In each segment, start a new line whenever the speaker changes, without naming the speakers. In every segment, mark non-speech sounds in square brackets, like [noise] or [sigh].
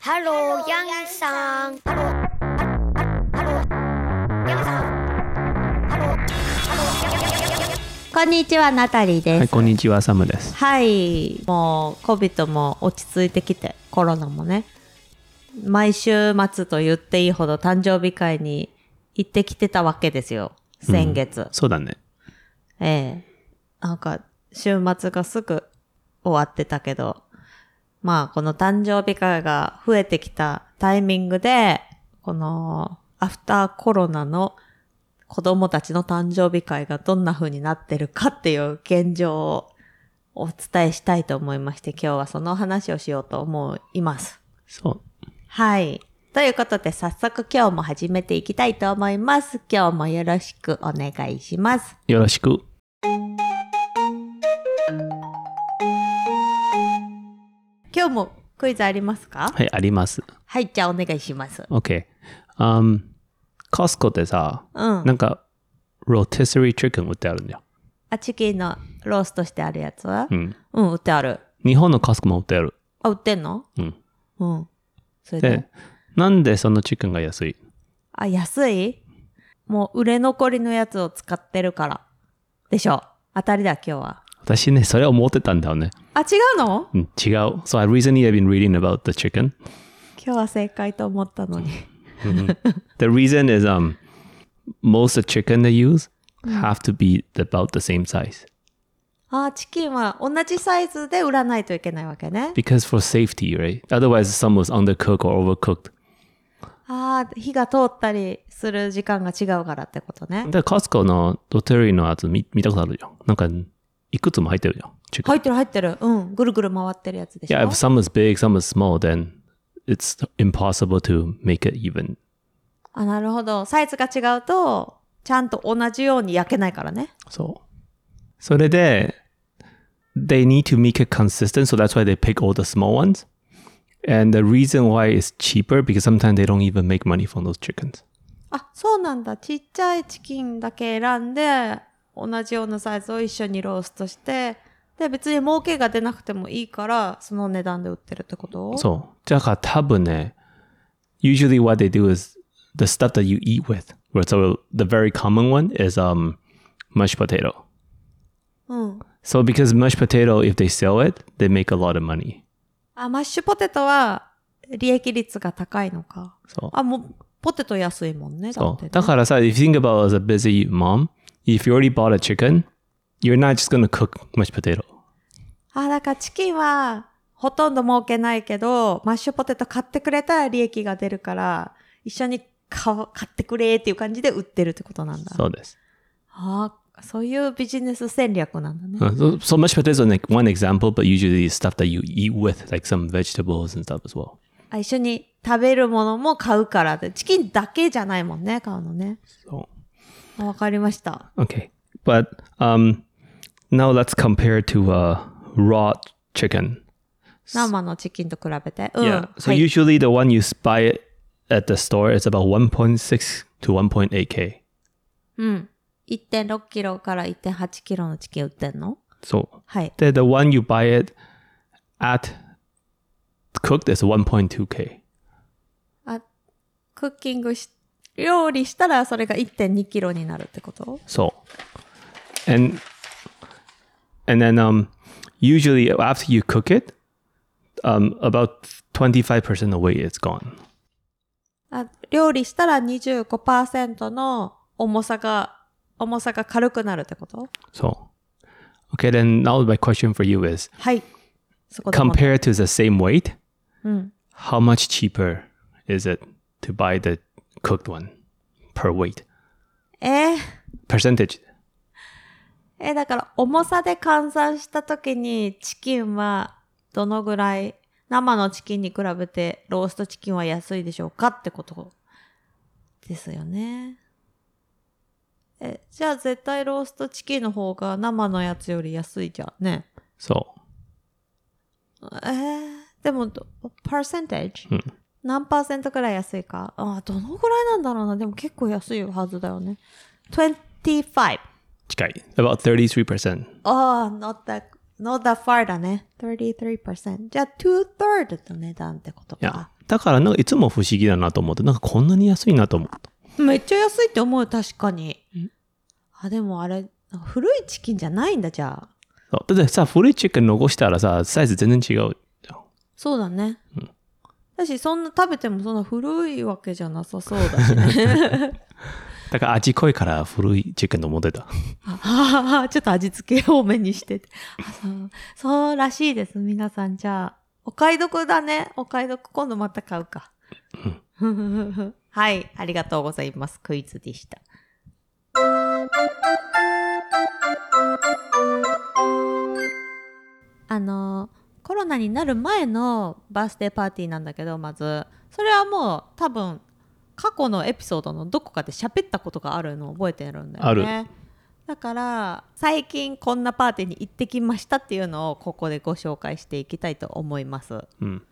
ハロー、ヤンさん。ハロー。
こんにちは、ナタリーです。は
はいい、、こんにちは、サムです。
もう、COVID も落ち着いてきて、コロナもね、毎週末と言っていいほど誕生日会に行ってきてたわけですよ。先月。
そうだね。
ええなんか、週末がすぐ終わってたけど、まあ、この誕生日会が増えてきたタイミングで、この、アフターコロナの子供たちの誕生日会がどんな風になってるかっていう現状をお伝えしたいと思いまして、今日はその話をしようと思います。
そう。
はい。ということで、早速今日も始めていきたいと思います。今日もよろしくお願いします。
よろしく。
今日もクイズありますか
はい、あります。
はい、じゃあお願いします。
OK。um, コスコでさ、
うん。
なんか、ロティスリーチキン売ってあるんだよ。
あ、チキンのローストしてあるやつは、
うん。
うん、売ってある。
日本のコスコも売ってある。
あ、売ってんの
うん。
うん。それで
で、なんでそのチキンが安い
あ、安いもう売れ残りのやつを使ってるから。でしょ。当たりだ、今日は。
私ね、それを思ってたんだよね。
あ、違うの
うん、違う。So, I recently have been reading about the chicken.
今日は正解と思ったのに。
The reason is, um, most of the chicken they use have to be about the same size.
あ、チキンは同じサイズで売らないといけないわけね。
Because for safety, right? Otherwise, some was undercooked or overcooked.
あー火が通ったりする時間が違うからってことね。
で、コスコのロテリーのやつ見見たことあるじゃん。なんか、いくつも入ってるじゃん。チキン
入ってる入ってる。うん。ぐるぐる回ってるやつでしょ。
Yeah, if some is big, some is small, then it's impossible to make it even.
あ、なるほど。サイズが違うと、ちゃんと同じように焼けないからね。
そう。それで、they need to make it consistent, so that's why they pick all the small ones. And the reason why it's cheaper because sometimes they don't even make money from those chickens.
あ、そうなんだ。ちっちゃいチキンだけ選んで、同じようなサイズを一緒にローストして、で、別に儲けが出なくてもいいから、その値段で売ってるってこと
そう。だから多分ね、usually what they do is the stuff that you eat with. Right, So the very common one is um, mashed potato.
う。うん。
So because mashed potato, if they sell it, they make a lot of money.
あ、マッシュポテトは、利益率が高いのか。
So,
あ、もう、ポテト安いもんね。だっ
so
てね、
だからさ, if you think about it as a busy mom, if you already bought a chicken, you're not just gonna cook mashed potato.
あ、だからチキンはほとんど儲けないけど、マッシュポテト買ってくれたら利益が出るから、一緒に買お買ってくれっていう感じで売ってるってことなんだ。
So this.
ああ、そういうビジネス戦略なんだね。
Uh, So, so mashed potato is like one example, but usually it's stuff that you eat with, like some vegetables and stuff as well.
あ一緒に食べるものも買うからで、チキンだけじゃないもんね、買うのね。
So.
あわかりました。
Okay, but um, now let's compare to uh, raw chicken.
生のチキンと比べて。うん。
So
はい
usually the one you s- buy it at the store is about 1.6 to 1.8 k.
うん。1.6キロから1.8キロのチキン売ってんの
So
はい。
the the one you buy it at cooked is 1.2 k.
あ、クッキングし、料理したらそれが1.2キロになるってこと
So, and and then um, usually after you cook it, um, about 25 percent of weight is gone.
あ、料理したら25%の重さが、重さが軽くなるってこと
So, okay, then now my question for you is
はい。そこでも。
compared to the same weight,
うん。
how much cheaper is it to buy the cooked one per weight?
えー
Percentage.
えーだから重さで換算した時にチキンはどのぐらい、生のチキンに比べてローストチキンは安いでしょうかってことですよね。え、じゃあ絶対ローストチキンの方が生のやつより安いじゃんね。
So,
えー、でもど、パーセンテージ、
うん
何パーセントくらい安いかあー、どのぐらいなんだろうな。でも結構安いはずだよね。25.
chikai, about 33%.
ああ、not that, not that far だね。33%。じゃあ、2-third の値段ってこと
Yeah.
か。
だからなんかいつも不思議だなと思って、なんかこんなに安いなと思った。
めっちゃ安いって思うよ、確かに。あ、でもあれ、古いチキンじゃないんだ、じゃあ。
そうだってさ、古いチキン残したらさ、サイズ全然違う。
そうだね。
うん
だし、そんな食べてもそんな古いわけじゃなさそうだし [laughs] ね。
だから味濃いから古いチキンと思ってた。
あちょっと味付け多めにしてて。あそう、そうらしいです、皆さん。じゃあ、お買い得だね。お買い得、今度また買うか。 [laughs] はい、ありがとうございます。クイズでした。あの、コロナになる前のバースデーパーティーなんだけど、まず、それはもう多分、過去のエピソードのどこかで喋ったことがあるのを覚えてるんだよね。
あ
だから最近こんなパーティーに行ってきましたっていうのをここでご紹介していきたいと思います。
うん。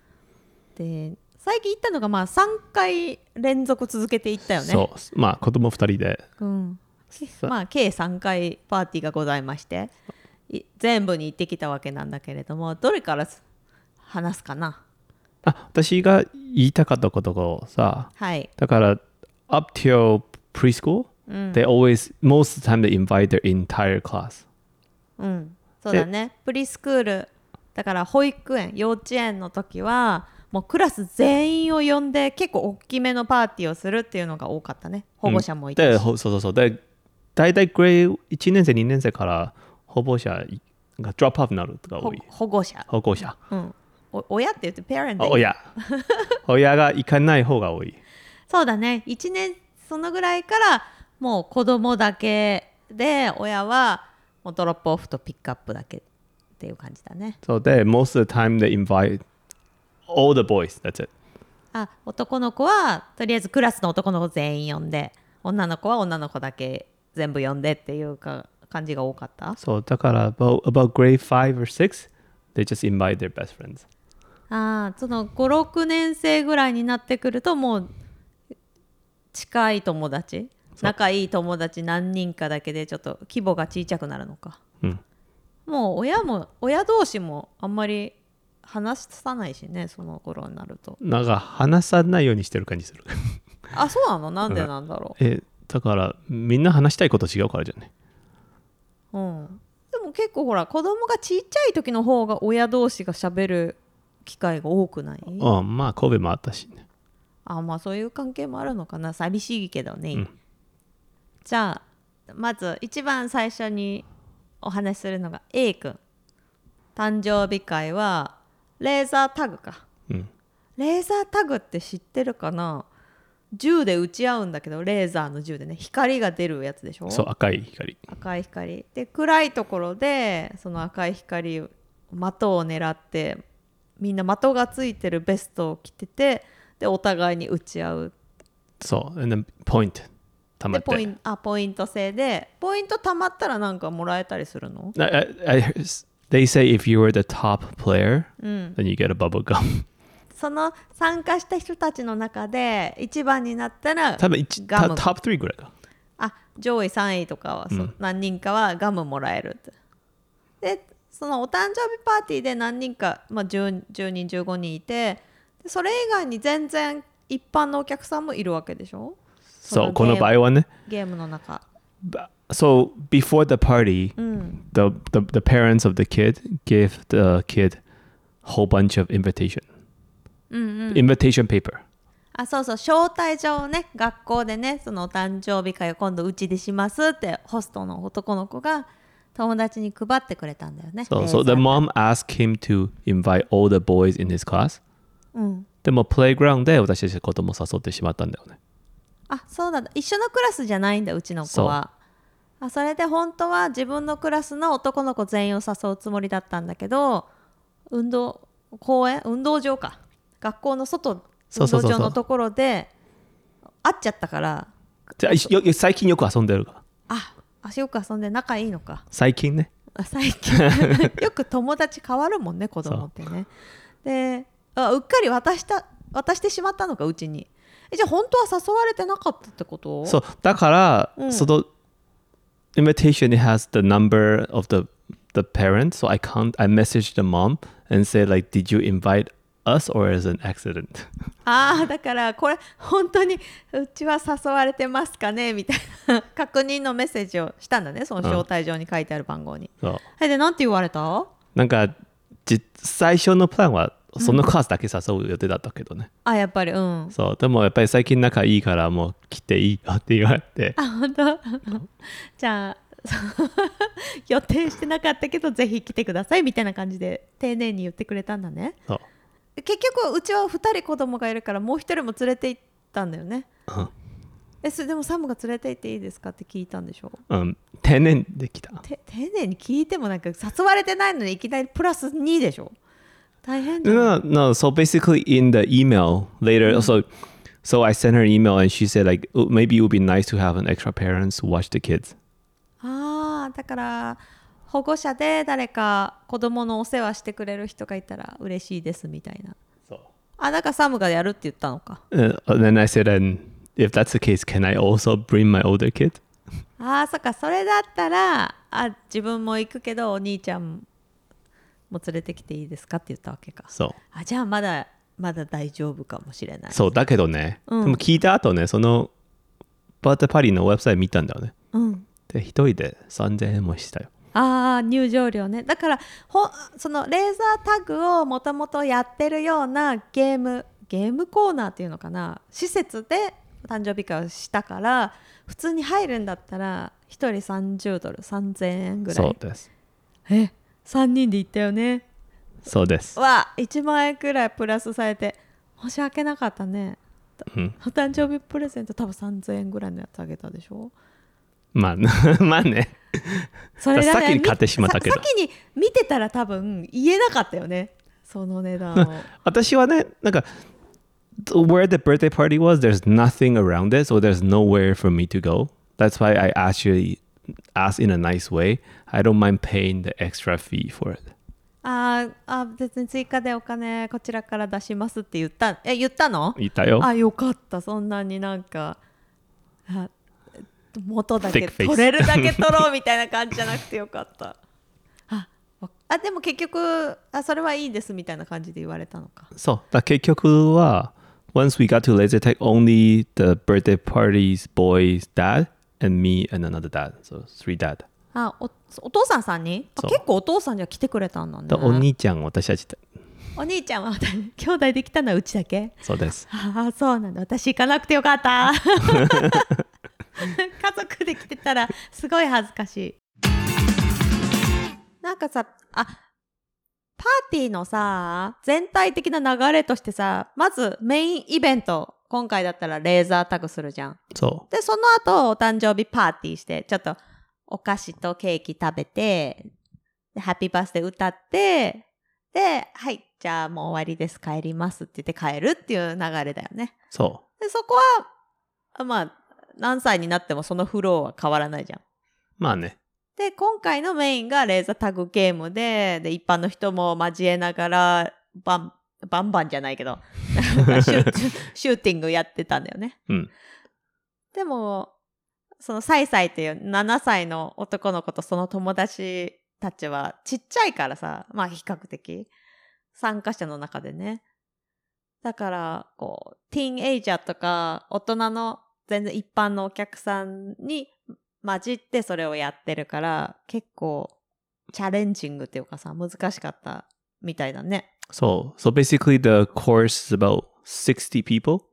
で最近行ったのがまあ3回連続続けて行ったよね。
そう。まあ子供二人で。
うん、
さ
まあ計3回パーティーがございましてい全部に行ってきたわけなんだけれどもどれからす話すかな
あ、私が言いたかったことをさ、
はい。
だから up till preschool、they always most of the time they invite their entire class。
うん、そうだねプリスクールだから保育園幼稚園の時はもうクラス全員を呼んで結構大きめのパーティーをするっていうのが多かったね保護者もいた
で、
し、
ほそうそうそう。で、大体グレー1年生、2年生から保護者がドロップアップになるとか
ほ
多い。
保護者、
保護者。
うん、お親って言ってペアレン
あ
ト
親。親が行かない方が多い。
そうだね1年そのぐらいからもう子供だけで親はもうドロップオフとピックアップだけっていう感じだね
So they most of the time they invite all the boys. That's it.
あ男の子はとりあえずクラスの男の子全員呼んで女の子は女の子だけ全部呼んでっていうか感じが多かったあ
So だから about, about grade five or six, they just invite their best friends.
あその56年生ぐらいになってくるともう近い友達仲いい友達何人かだけでちょっと規模が小さくなるのか
うん。
もう親も親同士もあんまり話さないしねその頃になると
なんか話さないようにしてる感じする。
あそうなのなんでなんだろ
え、だからみんな話したいこと違うからじゃね。
う、うん、でも結構ほら子供がちっちゃい時の方が親同士がしゃべる機会が多くない
うん、まあ神戸もあったしね。
あまあそういう関係もあるのかな寂しいけどね、じゃあまず一番最初にお話しするのが A 君誕生日会はレーザータグか、
うん
レーザータグって知ってるかな銃で撃ち合うんだけどレーザーの銃でね光が出るやつでしょ
そう、赤い光。
赤い光で暗いところでその赤い光的を狙ってみんな的がついてるベストを着ててでお互いに打ち合う
そう、and then point 溜ま
で
っ
ポイ
て。
ンあポイント制でポイント貯まったらなんかもらえたりするの
I, I, I, they say if you were the top player,、then
Mm。
you get a bubble
[laughs]
gum. [laughs]
その参加した人たちの中で一番になったら
多分一
ガ
た
ム
top three ぐらいか。
あ上位3位とかはそ、何人かはガムもらえるってでそのお誕生日パーティーで何人か、まあ、10, 10人15人いてでそれ以外に全然一般のお客さんもいるわけでしょ
そう、
ゲー
こ
ム
の場合はね。
ゲームの中
So before the party,
Mm。
the, the the parents of the kid give the kid whole bunch of invitation,
Mm,
invitation paper.
あそうそう招待状をね学校でねそのお誕生日会を今度うちでしますってホストの男の子が友達に配ってくれたんだよね
So
レー
so
ザ
the
ー
mom asked him to invite all the boys in his class. でもプレイグラウンドで私たちのことも誘ってしまったんだよね。
あそうなんだ一緒のクラスじゃないんだうちの子はそあそれで本当は自分のクラスの男の子全員を誘うつもりだったんだけど運動公園運動場か学校の外
そう
運
そう
動
そうそう
場のところで会っちゃったから
じゃあいよよ最近よく遊んでるから。
あ足よく遊んで仲いいのか [laughs]
最近ね。
あ最近
[laughs]
よく友達変わるもんね子供ってねであうっかり渡した渡してしまったのかうちにえじゃあ本当は誘われてなかったってこと
そうだから、
うん
その invitation it has the number of the the parent so I can't I message the mom and say like did you invite us or as an accident?
ああだからこれ本当にうちは誘われてますかねみたいな [laughs] 確認のメッセージをしたんだねその招待状に書いてある番号に。
そう
えでなんて言われた
なんかじ最初のプランはそのカースだけ誘う予定だったけどね、
あやっぱりうん。
そうでもやっぱり最近仲いいからもう来ていいよって言われて
あ本当じゃあそう [laughs] 予定してなかったけどぜひ来てくださいみたいな感じで丁寧に言ってくれたんだね。
そう、
結局うちは2人子供がいるからもう1人も連れて行ったんだよね。えそれでもサムが連れて行っていいですかって聞いたんでしょ
うんうん、定年できた
て丁寧に聞いてもなんか誘われてないのにいきなりプラス2でしょ大変じゃん
No, no. So basically, in the email later, so so I sent her an email and she said like "Oh, maybe it would be nice to have an extra parents who watch the kids.
あーだから保護者で誰か子供のお世話してくれる人がいたら嬉しいですみたいな
So
あだからサムがやるって言ったのか
uh, and then I said, and if that's the case, can I also bring my older kid?
あーそっかそれだったらあ自分も行くけどお兄ちゃんも連れてきていいですかって言ったわけか
So
あじゃあまだまだ大丈夫かもしれない
so だけどね、でも聞いた後ね、そのバータパリのウェブサイト見たんだよね。
うん
で一人で3000円もしたよ。
あー入場料ねだからほそのレーザータグをもともとやってるようなゲームゲームコーナーっていうのかな施設で誕生日会をしたから普通に入るんだったら1人30ドル3000円ぐら
そう
い
です。
え3人で行ったよね
そうです。
わ1万円くらいプラスされて申し訳なかったね
うん、
お誕生日プレゼント多分3000円ぐらいのやつあげたでしょ
ま [laughs] あまあね。
それがね
先に買ってしまったけど
さ先に見てたら多分言えなかったよねその値段を
[laughs] 私はね、なんか、where the birthday party was, there's nothing around it, so there's nowhere for me to go. That's why I actually asked in a nice way. I don't mind paying the extra fee for it.
あーあ別に追加でお金こちらから出しますって言ったえ言ったの
言ったよ。
あよかったそんなになんかあ元だけ
Thick face
取れるだけ取ろうみたいな感じじゃなくてよかったあわあでも結局あそれはいいですみたいな感じで言われたのか
そう。だ結局は、once we got to Laser Tech, only the birthday party's boy's dad and me and another dad. So three dad.
あおお父さんさんにあ
そう
結構お父さんじゃ来てくれたんだね
とお兄ちゃん、私たちだ。
お兄ちゃんは兄弟できたのはうちだけ
そうです。
ああそうなんだ私行かなくてよかった家族で来てたらすごい恥ずかしいなんかさあパーティーのさ全体的な流れとしてさまずメインイベント今回だったらレーザータグするじゃん
そ
でその後お誕生日パーティーしてちょっとお菓子とケーキ食べてでハッピーバースデー歌ってではいじゃあもう終わりです帰りますって言って帰るっていう流れだよね
う。そう。
でそこはまあ何歳になってもそのフローは変わらないじゃん
まあね。
で今回のメインがレーザータグゲームでで一般の人も交えながらバンバンバンじゃないけどシュ
[laughs]
シューティングやってたんだよね
うん。
でも、そのサイサイっていう7歳の男の子とその友達たちはちっちゃいからさ、まあ比較的参加者の中でね。だから、こう、ティーンエイジャーとか大人の全然一般のお客さんに混じってそれをやってるから、結構チャレンジングっていうかさ、難しかったみたいだね。
So, so basically, the course is about 60 people.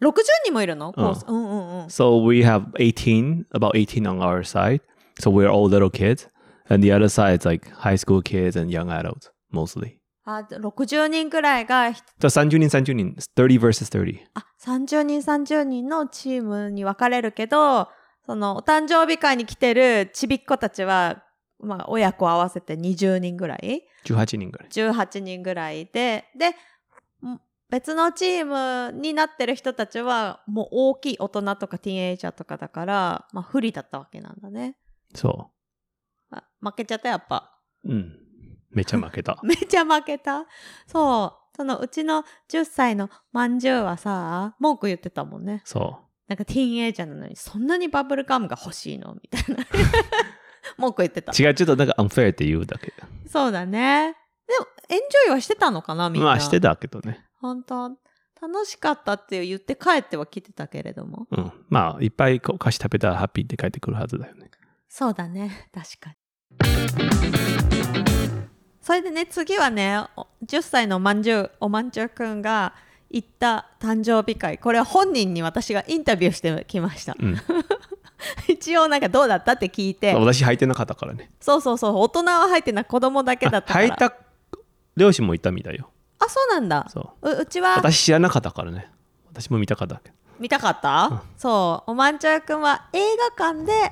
60人もいるのコース。うんうんうん。
So we have 18, about 18 on our side. So we're all little kids. And the other side is like high school kids and young adults mostly.
あ、60人くらいが
So Sanjunin, Sanjunin, 30 versus 30.
あ、30人30人のチームに分かれるけど、そのお誕生日会に来てるちびっ子たちは、まあ親子合わせて20人ぐらい
18人ぐらい。
?18 人ぐらいで、で、ん別のチームになってる人たちはもう大きい大人とかティーンエイジャーとかだから、まあ不利だったわけなんだね。
そ
あ負けちゃったやっぱ。。
う。うん。めちゃ負けた
めちゃ負けた。そう。そのうちの10歳のまんじゅうはさ、文句言ってたもんね。
そ
なんかティーンエイジャーなのにそんなにバブルガムが欲しいの
[laughs]
みたいな文句言ってた
う。違う、ちょっとなんか unfair って言うだけ。
そうだねも、エンジョイはしてたのかなみんな。
まあしてたけどね。
本当楽しかったって言って帰っては来てたけれども。
うん。まあ、いっぱいお菓子食べたらハッピーって帰ってくるはずだよね。
そうだね。確かに。それでね、次はね、お10歳のおまんじゅう、おまんじゅうくんが行った誕生日会。これは本人に私がインタビューしてきました。 [laughs]
うん。
一応なんかどうだったって聞いて。
私履いてなかったからね。
そうそうそう。大人は入ってない子供だけだったから。
履いた両親もいたみたいよ。
あ、そうなんだ。
そう
うちは
私知らなかったからね。私も見たかったけど。
見たかった、そうおまんちゃうくんは映画館で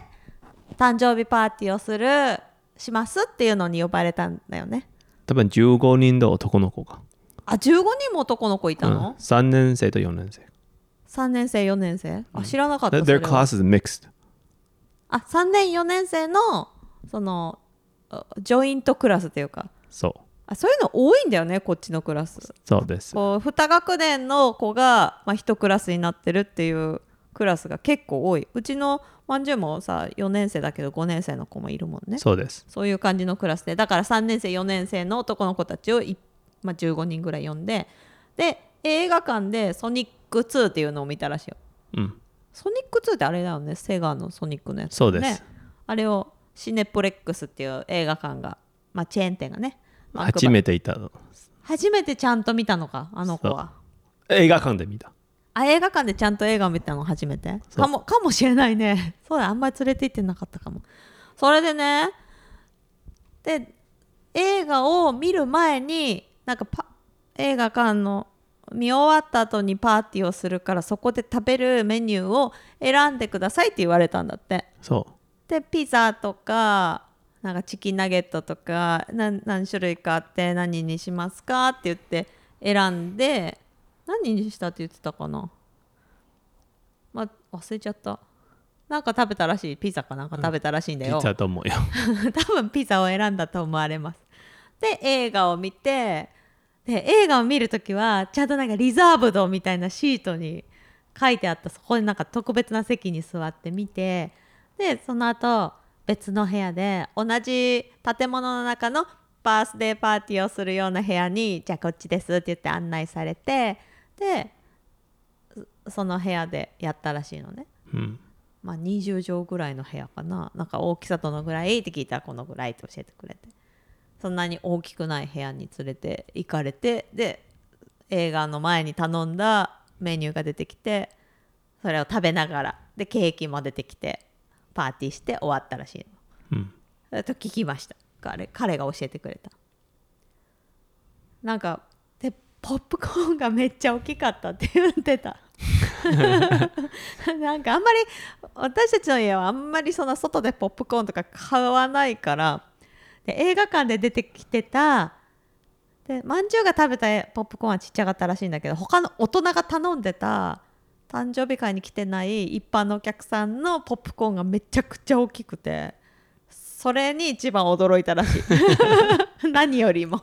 誕生日パーティーをするしますっていうのに呼ばれたんだよね
多分15人の男の子が。
あ15人も男の子いた
うん、
の、
3年生と4年生。
3年生4年生あ知らなかった、それ
Their
は
class is mixed.
あ3年4年生のそのあジョイントクラスというか
そう。
あそういうの多いんだよねこっちのクラス
そうです。
こう2学年の子が、まあ、1クラスになってるっていうクラスが結構多いうちのまんじゅうもさ4年生だけど5年生の子もいるもんね
そうです。
そういう感じのクラスでだから3年生4年生の男の子たちをい、まあ、15人ぐらい呼んでで映画館で「ソニック2」っていうのを見たらしいよ
うん。
ソニック2ってあれだよねセガのソニックのやつ、ね、
そうです
あれをシネプレックスっていう映画館が、まあ、チェーン店がねバンクバ
初めていたの。
初めてちゃんと見たのかあの子は
映画館で見た。
あ映画館でちゃんと映画見たの初めて
そう
かもかもしれないね [laughs] そうだあんまり連れて行ってなかったかもそれでねで映画を見る前になんかパ映画館の見終わった後にパーティーをするからそこで食べるメニューを選んでくださいって言われたんだって
そ
でピザとかなんかチキンナゲットとかなん何種類かあって何にしますかって言って選んで何にしたって言ってたかなまあ忘れちゃったなんか食べたらしいピザかなんか食べたらしいん
う。
だ
ピ
よ、
ザと思うよ。
[laughs] 多分ピザを選んだと思われますで映画を見てで映画を見るときはちゃんとなんかリザーブドみたいなシートに書いてあったそこになんか特別な席に座って見てでその後別の部屋で同じ建物の中のバースデーパーティーをするような部屋にじゃあこっちですって言って案内されてでその部屋でやったらしいのね
うん。
まあ、20畳ぐらいの部屋かななんか大きさどのぐらいって聞いたらこのぐらいって教えてくれてそんなに大きくない部屋に連れて行かれてで映画の前に頼んだメニューが出てきてそれを食べながらでケーキも出てきてパーティーして終わったらしいの
うん。
えっと聞きました彼彼が教えてくれたなんかでポップコーンがめっちゃ大きかったって言ってた [laughs] なんかあんまり私たちの家はあんまりそんな外でポップコーンとか買わないからで映画館で出てきてたでまんじゅうが食べたポップコーンはちっちゃかったらしいんだけど他の大人が頼んでた誕生日会に来てない一般のお客さんのポップコーンがめちゃくちゃ大きくてそれに一番驚いた [laughs] らしい何よりも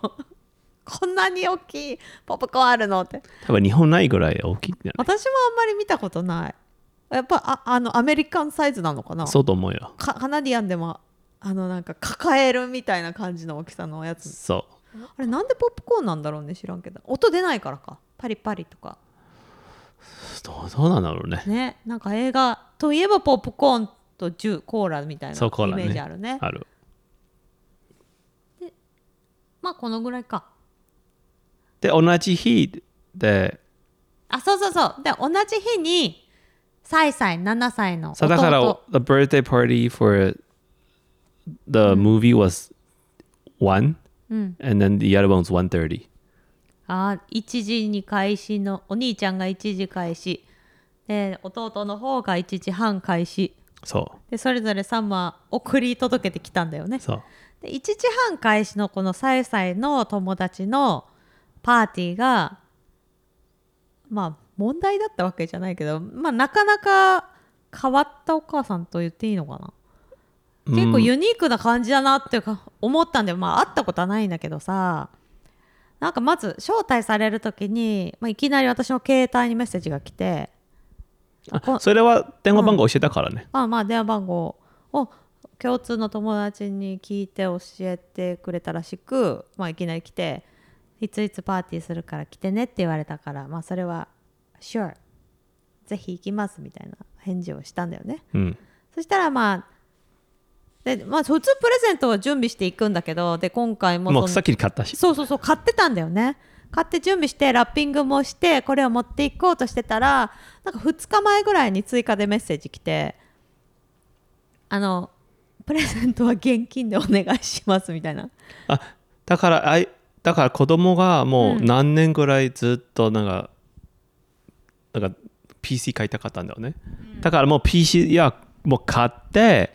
こんなに大きいポップコーンあるのって
多分日本ないぐらい大きいんじゃない
[laughs] 私もあんまり見たことないやっぱああのアメリカンサイズなのかな
そうと思うよ。
かカナディアンでもあのなんか抱えるみたいな感じの大きさのやつ
そ
あれなんでポップコーンなんだろうね知らんけど音出ないからかパリパリとか
う。どうどうなんだろうね。
ねなんか映画といえばポップコーンとジュコーラみたいな
そうコー
イ
ラね
メージあるね
ある。
まあこのぐらいか
で、同じ日で、
あそうそうそうで同じ日にサイサイ7歳の弟
さだから、the birthday party for the movie was 1、
うん、
and then the other one was 1.30.
あ1時に開始のお兄ちゃんが1時開始で弟の方が1時半開始
そ
でそれぞれサンマ送り届けてきたんだよね
う。そう。
で1時半開始のこのさえさえの友達のパーティーがまあ問題だったわけじゃないけどまあなかなか変わったお母さんと言っていいのかな結構ユニークな感じだなっていうか思ったんでまあ会ったことはないんだけどさなんかまず招待される時に、まあ、いきなり私の携帯にメッセージが来て
あそれは電話番号教えたからね。
まあまあ電話番号を共通の友達に聞いて教えてくれたらしく、まあ、いきなり来て「いついつパーティーするから来てね」って言われたから、まあ、それは「Sure ぜひ行きます」みたいな返事をしたんだよね。
うん
そしたらまあでまあ、普通プレゼントは準備していくんだけどで今回も
も
そ
う
の
さっき買ったし
そうそうそう買ってたんだよね買って準備してラッピングもしてこれを持っていこうとしてたらなんか2日前ぐらいに追加でメッセージ来てあのプレゼントは現金でお願いしますみたいな
あだからあいだから子供がもう何年ぐらいずっとなんか、なんか PC 買いたかったんだよね、だからもう PC いやもう買って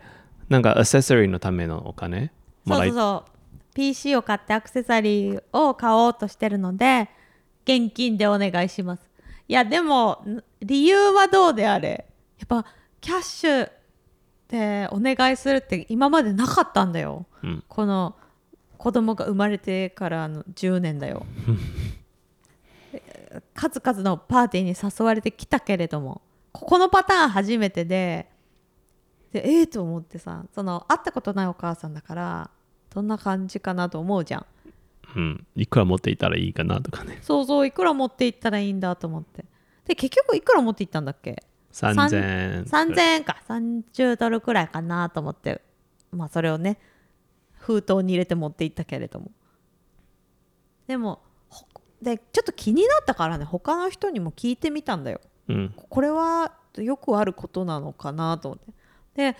なんかアセサリーのためのお金も
そ
ら
う
い
そうそう PC を買ってアクセサリーを買おうとしてるので現金でお願いしますいやでもん理由はどうであれやっぱキャッシュでお願いするって今までなかったんだよ、
うん
この子供が生まれてからの10年だよ数々のパーティーに誘われてきたけれどもここのパターン初めてででええと思ってさその会ったことないお母さんだからどんな感じかなと思うじゃん
うん、いくら持っていたらいいかなとかね
そうそういくら持って行ったらいいんだと思ってで結局いくら持って行ったんだっけ
3000
3000円か30ドルくらいかなと思ってまあそれをね封筒に入れて持って行ったけれどもでもほでちょっと気になったからね他の人にも聞いてみたんだよ
うん
これはよくあることなのかなと思ってで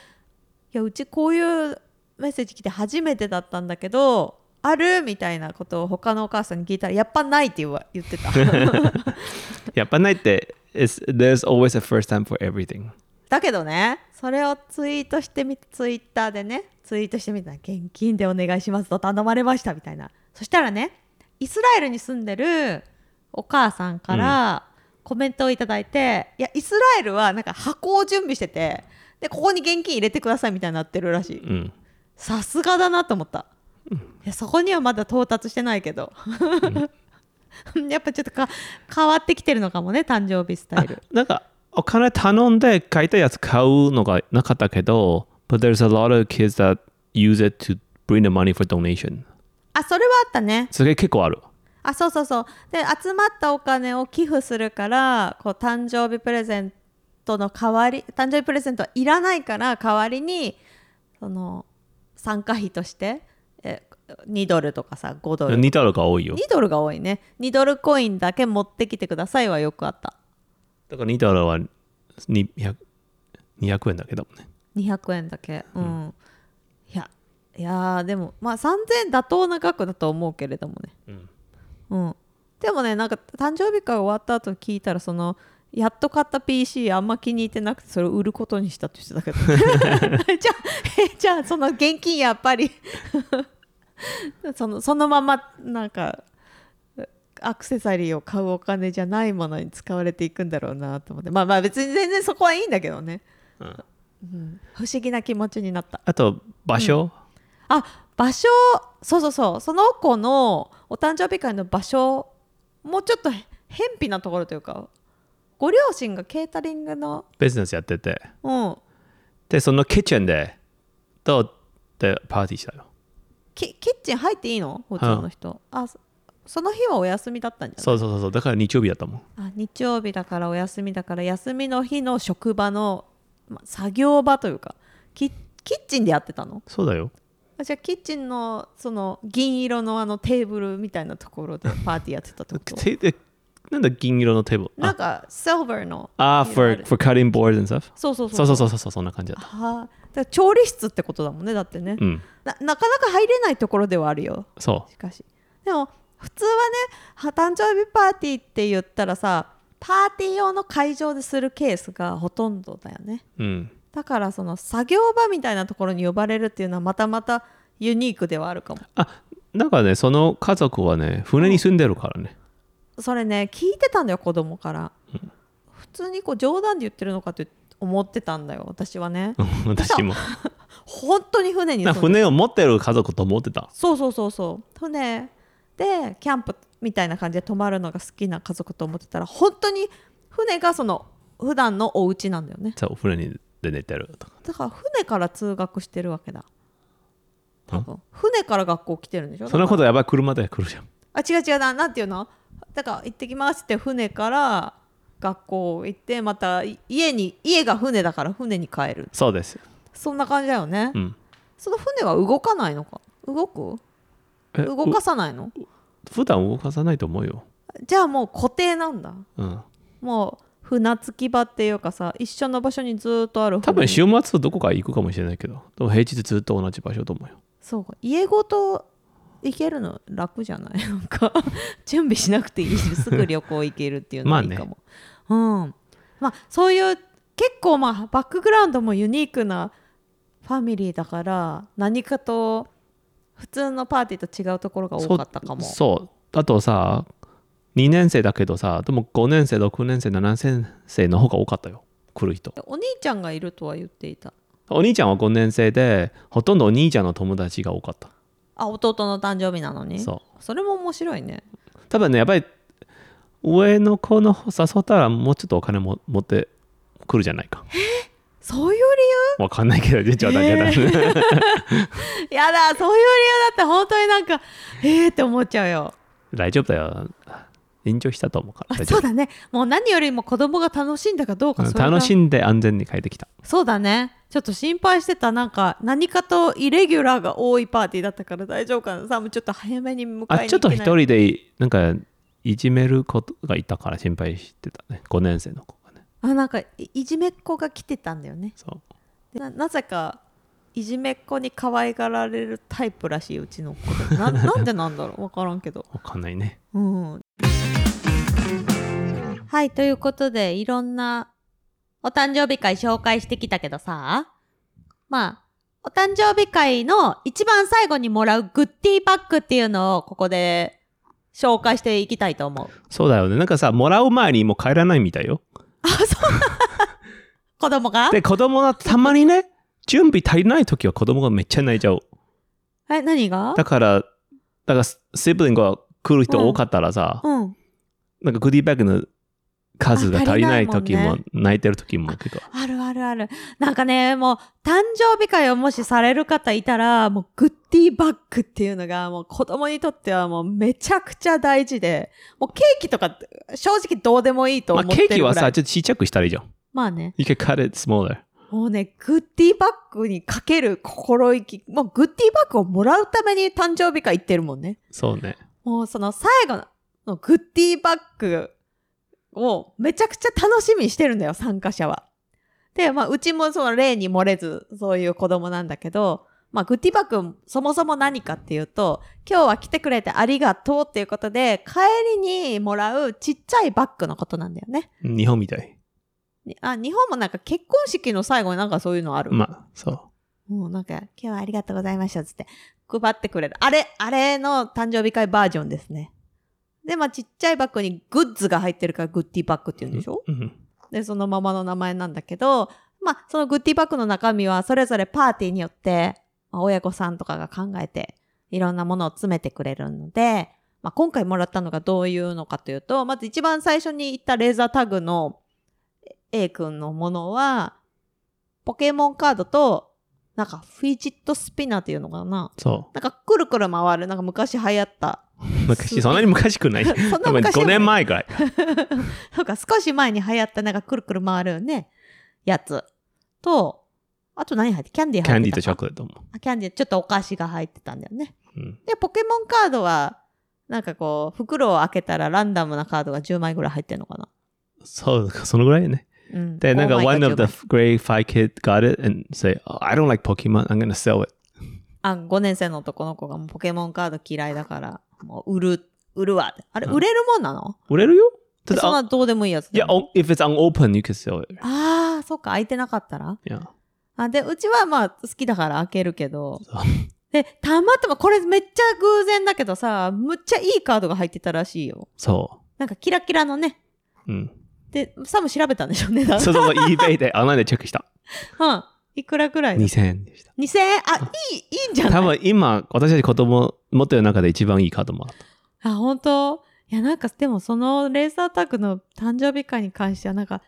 いやうちこういうメッセージ来て初めてだったんだけどあるみたいなことを他のお母さんに聞いたらやっぱないって言わ言ってた
やっぱないって it's, there's always a first time for everything
だけどねそれをツイートしてみツイッターでねツイートしてみたら現金でお願いしますと頼まれましたみたいなそしたらねイスラエルに住んでるお母さんからコメントをいただいて、いやイスラエルはなんか箱を準備しててでここに現金入れてくださいみたいになってるらしい
うん
さすがだなと思った、いやそこにはまだ到達してないけど、 [laughs] やっぱちょっとか変わってきてるのかもね誕生日スタイル
なんかお金頼んで買いたいやつ買うのがなかったけど but there's a lot of kids that use it to bring the money for donation
あそれはあったね
それ結構ある
あそうそうそうで集まったお金を寄付するからこう誕生日プレゼントの代わり誕生日プレゼントはいらないから代わりにその参加費としてえ2ドルとかさ5ドル2
2ドルが多いよ
ドルが多いね2ドルコインだけ持ってきてくださいはよくあった
だから2ドルは200 200円だけだもんね
200円だけうん、いやいやーでもまあ3000円妥当な額だと思うけれどもねうん、でもねなんか誕生日会終わった後聞いたらそのやっと買った PC あんま気に入ってなくてそれを売ることにしたって言ってたけど [laughs] じゃあえじゃあその現金やっぱり [laughs] そのそのままなんかアクセサリーを買うお金じゃないものに使われていくんだろうなと思ってまあまあ別に全然そこはいいんだけどね不思議な気持ちになった
あと場所、
あ場所そうそうそうその子のお誕生日会の場所もうちょっとへ偏僻なところというかご両親がケータリングの
ビジネスやってて
うん
でそのキッチンでとでパーティーしたよ
キキッチン入っていいの普通の人、あそその日はお休みだったんじゃない
そうそうそうそうだから日曜日だったもん
あ日曜日だからお休みだから休みの日の職場の、ま、作業場というかキキッチンでやってたの
そうだよ
あじゃあキッチンのその銀色のあのテーブルみたいなところでパーティーやってたってこ
[laughs]
と
てでなんだ銀色のテーブル
なんかシルバーの
ああ、
いろい
for,
ろ
for cutting boards and stuff
そうそうそ
そううそうそうそうそうそんな感じだった
はあだから調理室ってことだもんねだってね、
うん
ななかなか入れないところではあるよ
そう
しかしでも普通はねは誕生日パーティーって言ったらさパーティー用の会場でするケースがほとんどだよね
うん、
だからその作業場みたいなところに呼ばれるっていうのはまたまたユニークではあるかも
あなんかねその家族はね船に住んでるからね、
それね聞いてたんだよ子供から、普通にこう冗談で言ってるのかって思ってたんだよ私はね
私も
本当に船に
なん
住ん
か
で
船を持ってる家族と思ってた
そうそうそうそう船でキャンプみたいな感じで泊まるのが好きな家族と思ってたら本当に船がその普段のお家なんだよね
そう船にで寝てるとか
だから船から通学してるわけだ多分船から学校来てるんでしょ
そんな
だか
ことやばい車で来るじゃん
らあ違う違うななんていうのだから行ってきますって船から学校行ってまたい家に家が船だから船に帰る
そうです
そんな感じだよね、
うん
その船は動かないのか動く
え
動かさないの
う普段動かさないと思うよ
じゃあもう固定なんだ
うん
もう船着き場っていうかさ一緒の場所にずっとある船
多分週末どこか行くかもしれないけどでも平日ずっと同じ場所と思うよ
そうか家ごと行けるの楽じゃないなんか [laughs] 準備しなくていいしすぐ旅行行けるっていうの
ま
は
あ
いい
ね
かも、うんまあそういう結構まあバックグラウンドもユニークなファミリーだから何かと普通のパーティーと違うところが多かったかも
そうあとさ2年生だけどさでも5年生6年生7年生の方が多かったよ来る人
でお兄ちゃんがいるとは言っていた
お兄ちゃんは5年生でほとんどお兄ちゃんの友達が多かった
あ弟の誕生日なのに
そ
それも面白いね
う多分ねやっぱり上の子の方誘ったらもうちょっとお金も持ってくるじゃないか
そういう理
わかんないけど出ちゃうだけだね、
由やだそういう理由だって本当になんかええー、って思っちゃうよ
[laughs] 大丈夫だよ延長したと思うから
あ
大丈
そう
夫
だねもう何よりも子供が楽しんだかどうか
うん
それが
楽しんで安全に帰ってきた
そうだねちょっと心配してたなんか何かとイレギュラーが多いパーティーだったから大丈夫かなさあもうちょっと早めに迎えに行けな
あ
い
ちょっと一人でなんかいじめる子がいたから心配してたね5年生の子がね
あなんかいいじめっ子が来てたんだよね
そう
でななぜかいじめっ子に可愛がられるタイプらしいうちの子な [laughs] なんでなんだろう分からんけど
わかんないね
うん。はい、ということで、いろんなお誕生日会紹介してきたけどさ、まあ、お誕生日会の一番最後にもらうグッディバッグっていうのをここで紹介していきたいと思う。
そうだよねなんかさもらう前にもう帰らないみたいよ
あ、そう [laughs] 子供が
で子供はたまにね準備足りない時は子供がめっちゃ泣いちゃう
え、何が
だからだからシブリングが来る人多かったらさ、
うん。
なんかグディバッグの数が
あ
足りない
足り
時
ないも
も
んね
泣いてる時も結構
あるあるある。なんかね、もう、誕生日会をもしされる方いたら、もう、グッディバッグっていうのが、もう、子供にとってはもう、めちゃくちゃ大事で、もう、ケーキとか、正直どうでもいいと
ま
思
あ、
って
ケ
る
ーキ
ぐらい。
はさ、ちょっとちっちゃくしたらいいじゃん。
まあね、
You can cut it smaller.
もうね、グッディバッグにかける心意気、もう、グッディバッグをもらうために誕生日会行ってるもんね。
そうね。
もう、その、最後の、グッディバッグを、めちゃくちゃ楽しみにしてるんだよ、参加者は。で、まあ、うちもその例に漏れず、そういう子供なんだけど、まあ、グッディバッグ、そもそも何かっていうと、今日は来てくれてありがとうっていうことで、帰りにもらうちっちゃいバッグのことなんだよね。
日本みたい。
にあ、日本もなんか結婚式の最後になんかそういうのある。
まあ、そ
もうなんか、今日はありがとうございましたっつって、配ってくれる。あれ、あれの誕生日会バージョンですね。で、まあ、ちっちゃいバッグにグッズが入ってるから、グッディバッグって言うんでしょ、
う。うん。
で、そのままの名前なんだけど、まあ、そのグッディバッグの中身はそれぞれパーティーによって、まあ、親御さんとかが考えて、いろんなものを詰めてくれるので、まあ、今回もらったのがどういうのかというと、まず一番最初に言ったレーザータグの A 君のものは、ポケモンカードと、なんかフィジットスピナーっていうのかな
そ
なんかくるくる回る、なんか昔流行った。
う。昔、そんなに昔くな
[laughs]
い。
そ
多
んな
分
昔でも
5年前ぐらい。
[laughs] なんか少し前に流行ったなんかくるくる回るね、やつ。と、あと何入ってキャンディー
キャ
入
ン
っ
ディ
て
ー
た
とチョ
か
コレートも。
あキャンディー、ちょっとお菓子が入ってたんだよね。
うん。
で、ポケモンカードは、なんかこう、袋を開けたらランダムなカードが10枚ぐらい入ってるのかな。
そう、そのぐらいね。
うん。
で、なんか、
5枚
one
か
of the
10枚
grade five kid got it and say, oh, I don't like Pokemon, I'm gonna sell it.
あ、5年生の男の子がもうポケモンカード嫌いだから、もう売る、売るわって。あれ、
うん
売れるもんなの、
売れるよた
えそん
だ、
な
あ
どうでもいいやつ
いや、お if it's unopened, you can sell it.
ああ、そっか、開いてなかったら
いや、
あ、で、うちはまあ好きだから開けるけど
そう。
で、たまたま、これめっちゃ偶然だけどさ、むっちゃいいカードが入ってたらしいよ。
そ
なんかキラキラのね。
う。うん。
で、サム調べたんでしょ、値段。
そうそう、eBay で、オンラインでチェックした。
[laughs] うん。いくらくらい
2000円でした。
?2000 円あ、いい、いいんじゃない
多分今、私たち子供持ってる中で一番いいカードもらった。
あ、本当いや、なんか、でもそのレーサータックの誕生日会に関しては、なんか、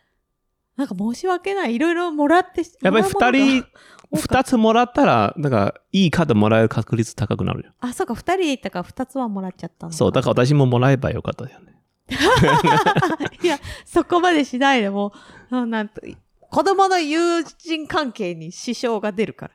なんか申し訳ない。いろいろもらってし
やっぱり
もらうもの
二
が
人、二つもらったら、なんか、いいカードもらえる確率高くなるじゃん。
あ、そうか、二人で行ったから二つはもらっちゃったの。
そう、だから私ももらえばよかったよね。
[laughs] いや、そこまでしないでもううん、なんと、子供の友人関係に支障が出るから。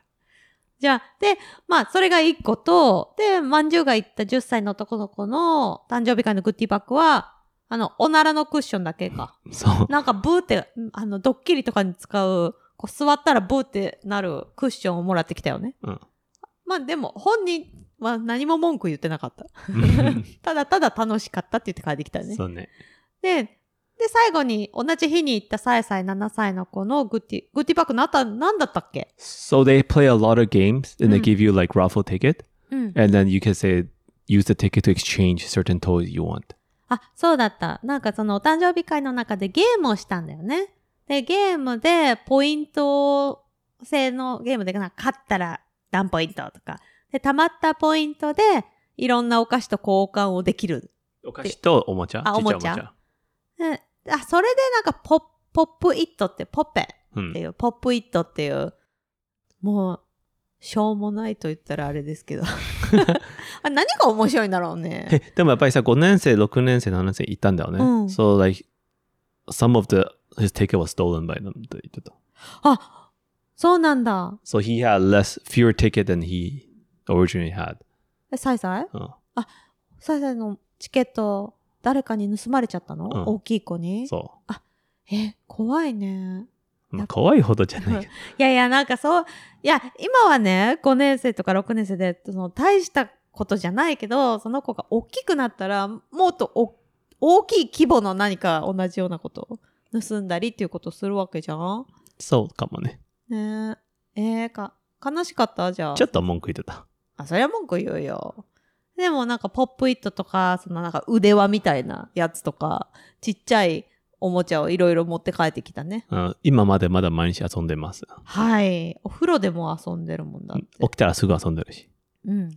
じゃあ、で、まあ、それが1個と、で、まんじゅうが言った10歳の男の子の誕生日会のグッディバッグは、あの、おならのクッションだけか。 [laughs]
そう。
なんかブーって、うんあの、ドッキリとかに使う、こう座ったらブーってなるクッションをもらってきたよね。
うん
まあ、でも、本人は何も文句言ってなかった。ただただ楽しかったって言って帰ってきたよね。
そうね。
で、で、最後に同じ日に行ったさえさえ7歳の子のグッティ、グッティバッグなった、なんだったっけ
So they play a lot of games and they
うん
give you like raffle ticket
うん。
and then you can say use the ticket to exchange certain toys you want.
あ、そうだった。なんかそのお誕生日会の中でゲームをしたんだよね。で、ゲームでポイント制のゲームで、なんか勝ったら何ポイントとか。で、溜まったポイントで、いろんなお菓子と交換をできる。
お菓子とおもちゃ。
あ
ちっちゃい
おもちゃであ、それでなんかポッ、ポップイットって、ポッペ
う
って
ん。
いう、ポップイットっていう、もう、しょうもないと言ったらあれです
[laughs]
けど。あ何が面白いんだろうね。
え [laughs] でもやっぱりさ、5年生、6年生、7年生行ったんだよね。
うん
So like, some of the, his ticket was stolen by them と言ってた。
あ、そうなんだ。
So he had less, fewer ticket than he originally had.
え、サイサイ
うん
サイサイのチケット、誰かに盗まれちゃったの、
うん
大きい子に
そ
え、怖いね。
う。まあ、怖いほどじゃないけど。
いやいや、なんかそう、いや、今はね、5年生とか6年生で、その、大したことじゃないけど、その子が大きくなったら、もっとお大きい規模の何か同じようなことを盗んだりっていうことをするわけじゃん
そうかもね。
ねえ。えー、か、悲しかったじゃあ。
ちょっと文句言ってた。
あ、そりゃ文句言うよ。でもなんか、ポップイットとか、そのなんか腕輪みたいなやつとか、ちっちゃいおもちゃをいろいろ持って帰ってきたね。
うん、今までまだ毎日遊んでます。
はい。お風呂でも遊んでるもんだって。
起きたらすぐ遊んでるし。
うん。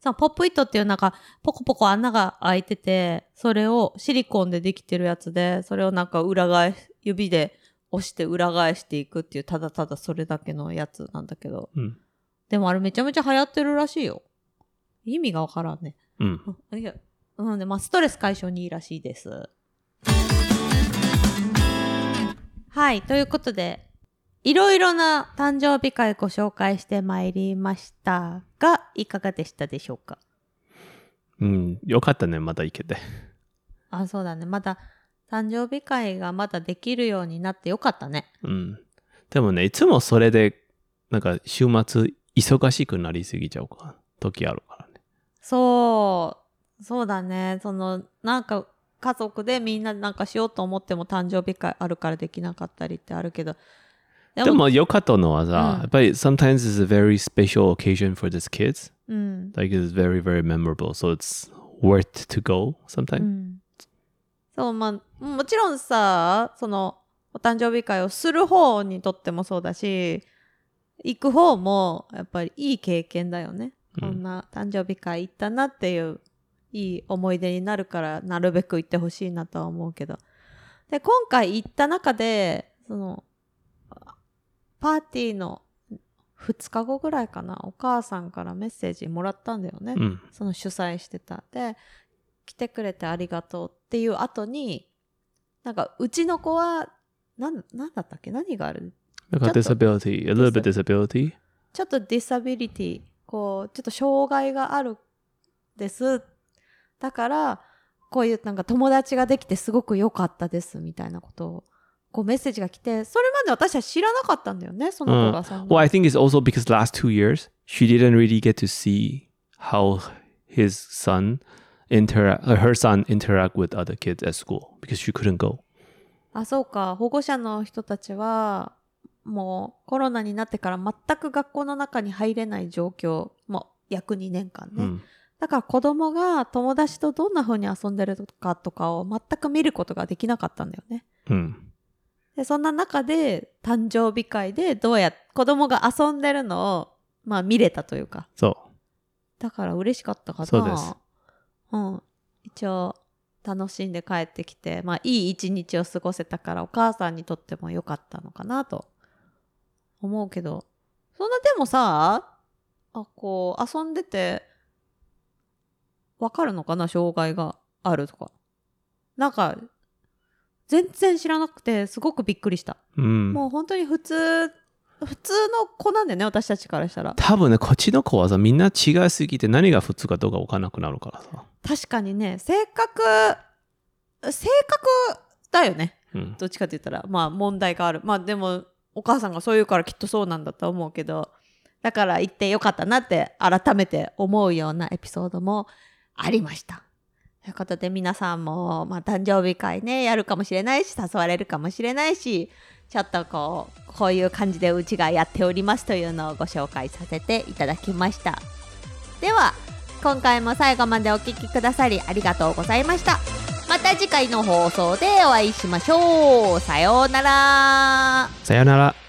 さポップイットっていうなんか、ポコポコ穴が開いてて、それをシリコンでできてるやつで、それをなんか裏返し、指で押して裏返していくっていう、ただただそれだけのやつなんだけど。
うん。
でもあれめちゃめちゃ流行ってるらしいよ。意味がわからんね。
うん。
うんいや、うんで、まあ、ストレス解消にいいらしいです。はい、ということで、いろいろな誕生日会ご紹介してまいりましたが、いかがでしたでしょうか
うん。よかったね、まだ行けて。
あ、そうだね。まだ、誕生日会がまだできるようになってよかったね。
うん。でもね、いつもそれで、なんか週末忙しくなりすぎちゃうから時あるからね。
そう、そうだね。その、なんか、家族でみんななんかしようと思っても誕生日会あるからできなかったりってあるけど。で
でも良かったのはさ、
うん
やっぱり sometimes it's a very special occasion for these kids.
うん。
Like it's very, very memorable. So it's worth to go
う
sometimes.
ん、そうまあもちろんさそのお誕生日会をする方にとってもそうだし行く方もやっぱりいい経験だよね、
うん
こんな誕生日会行ったなっていういい思い出になるからなるべく行ってほしいなとは思うけどで今回行った中でそのパーティーの2日後ぐらいかなお母さんからメッセージもらったんだよね、
うん。
その主催してた。で、来てくれてありがとうっていう後に、なんか、うちの子は、なん、なんだったっけ何がある
なんか
ちょっと
disability, a little bit disability.
ちょっとディサビリティ、こう、ちょっと障害があるです。だから、こういうなんか友達ができてすごく良かったですみたいなことを、こうメッセージが来て、それまで私は知らなかったんだよね、その子がそんな
Well, I think it's also because last two years she didn't really get to see how his son interact, her son interact with other kids at school because she couldn't go.
あ、そうか。保護者の人たちは、もうコロナになってから全く学校の中に入れない状況、もう約2年間ね。
Mm.
だから子供が友達とどんな風に遊んでるかとかを全く見ることができなかったんだよね。
Mm.
でそんな中で誕生日会でどうや子供が遊んでるのを、まあ、見れたというか
So,
だから嬉しかったかな
そうです
うん一応楽しんで帰ってきて、まあいい一日を過ごせたからお母さんにとっても良かったのかなと思うけど、そんなでもさ、あ、こう遊んでて、わかるのかな障害があるとか。なんか、全然知らなくてすごくびっくりした。
うん。
もう本当に普通、普通の子なんだよね、私たちからしたら。
多分ね、こっちの子はさ、みんな違いすぎて何が普通かどうかわからなくなるからさ。
確かにね、性格、性格だよね。
うん。
どっちかって言ったら、まあ問題がある。まあでも、お母さんがそう言うからきっとそうなんだと思うけど、だから行ってよかったなって改めて思うようなエピソードもありました。ということで皆さんも、まあ誕生日会ね、やるかもしれないし、誘われるかもしれないし、ちょっとこう、こういう感じでうちがやっておりますというのをご紹介させていただきました。では、今回も最後までお聞きくださりありがとうございました。また次回の放送でお会いしましょう。さようなら。
さよなら。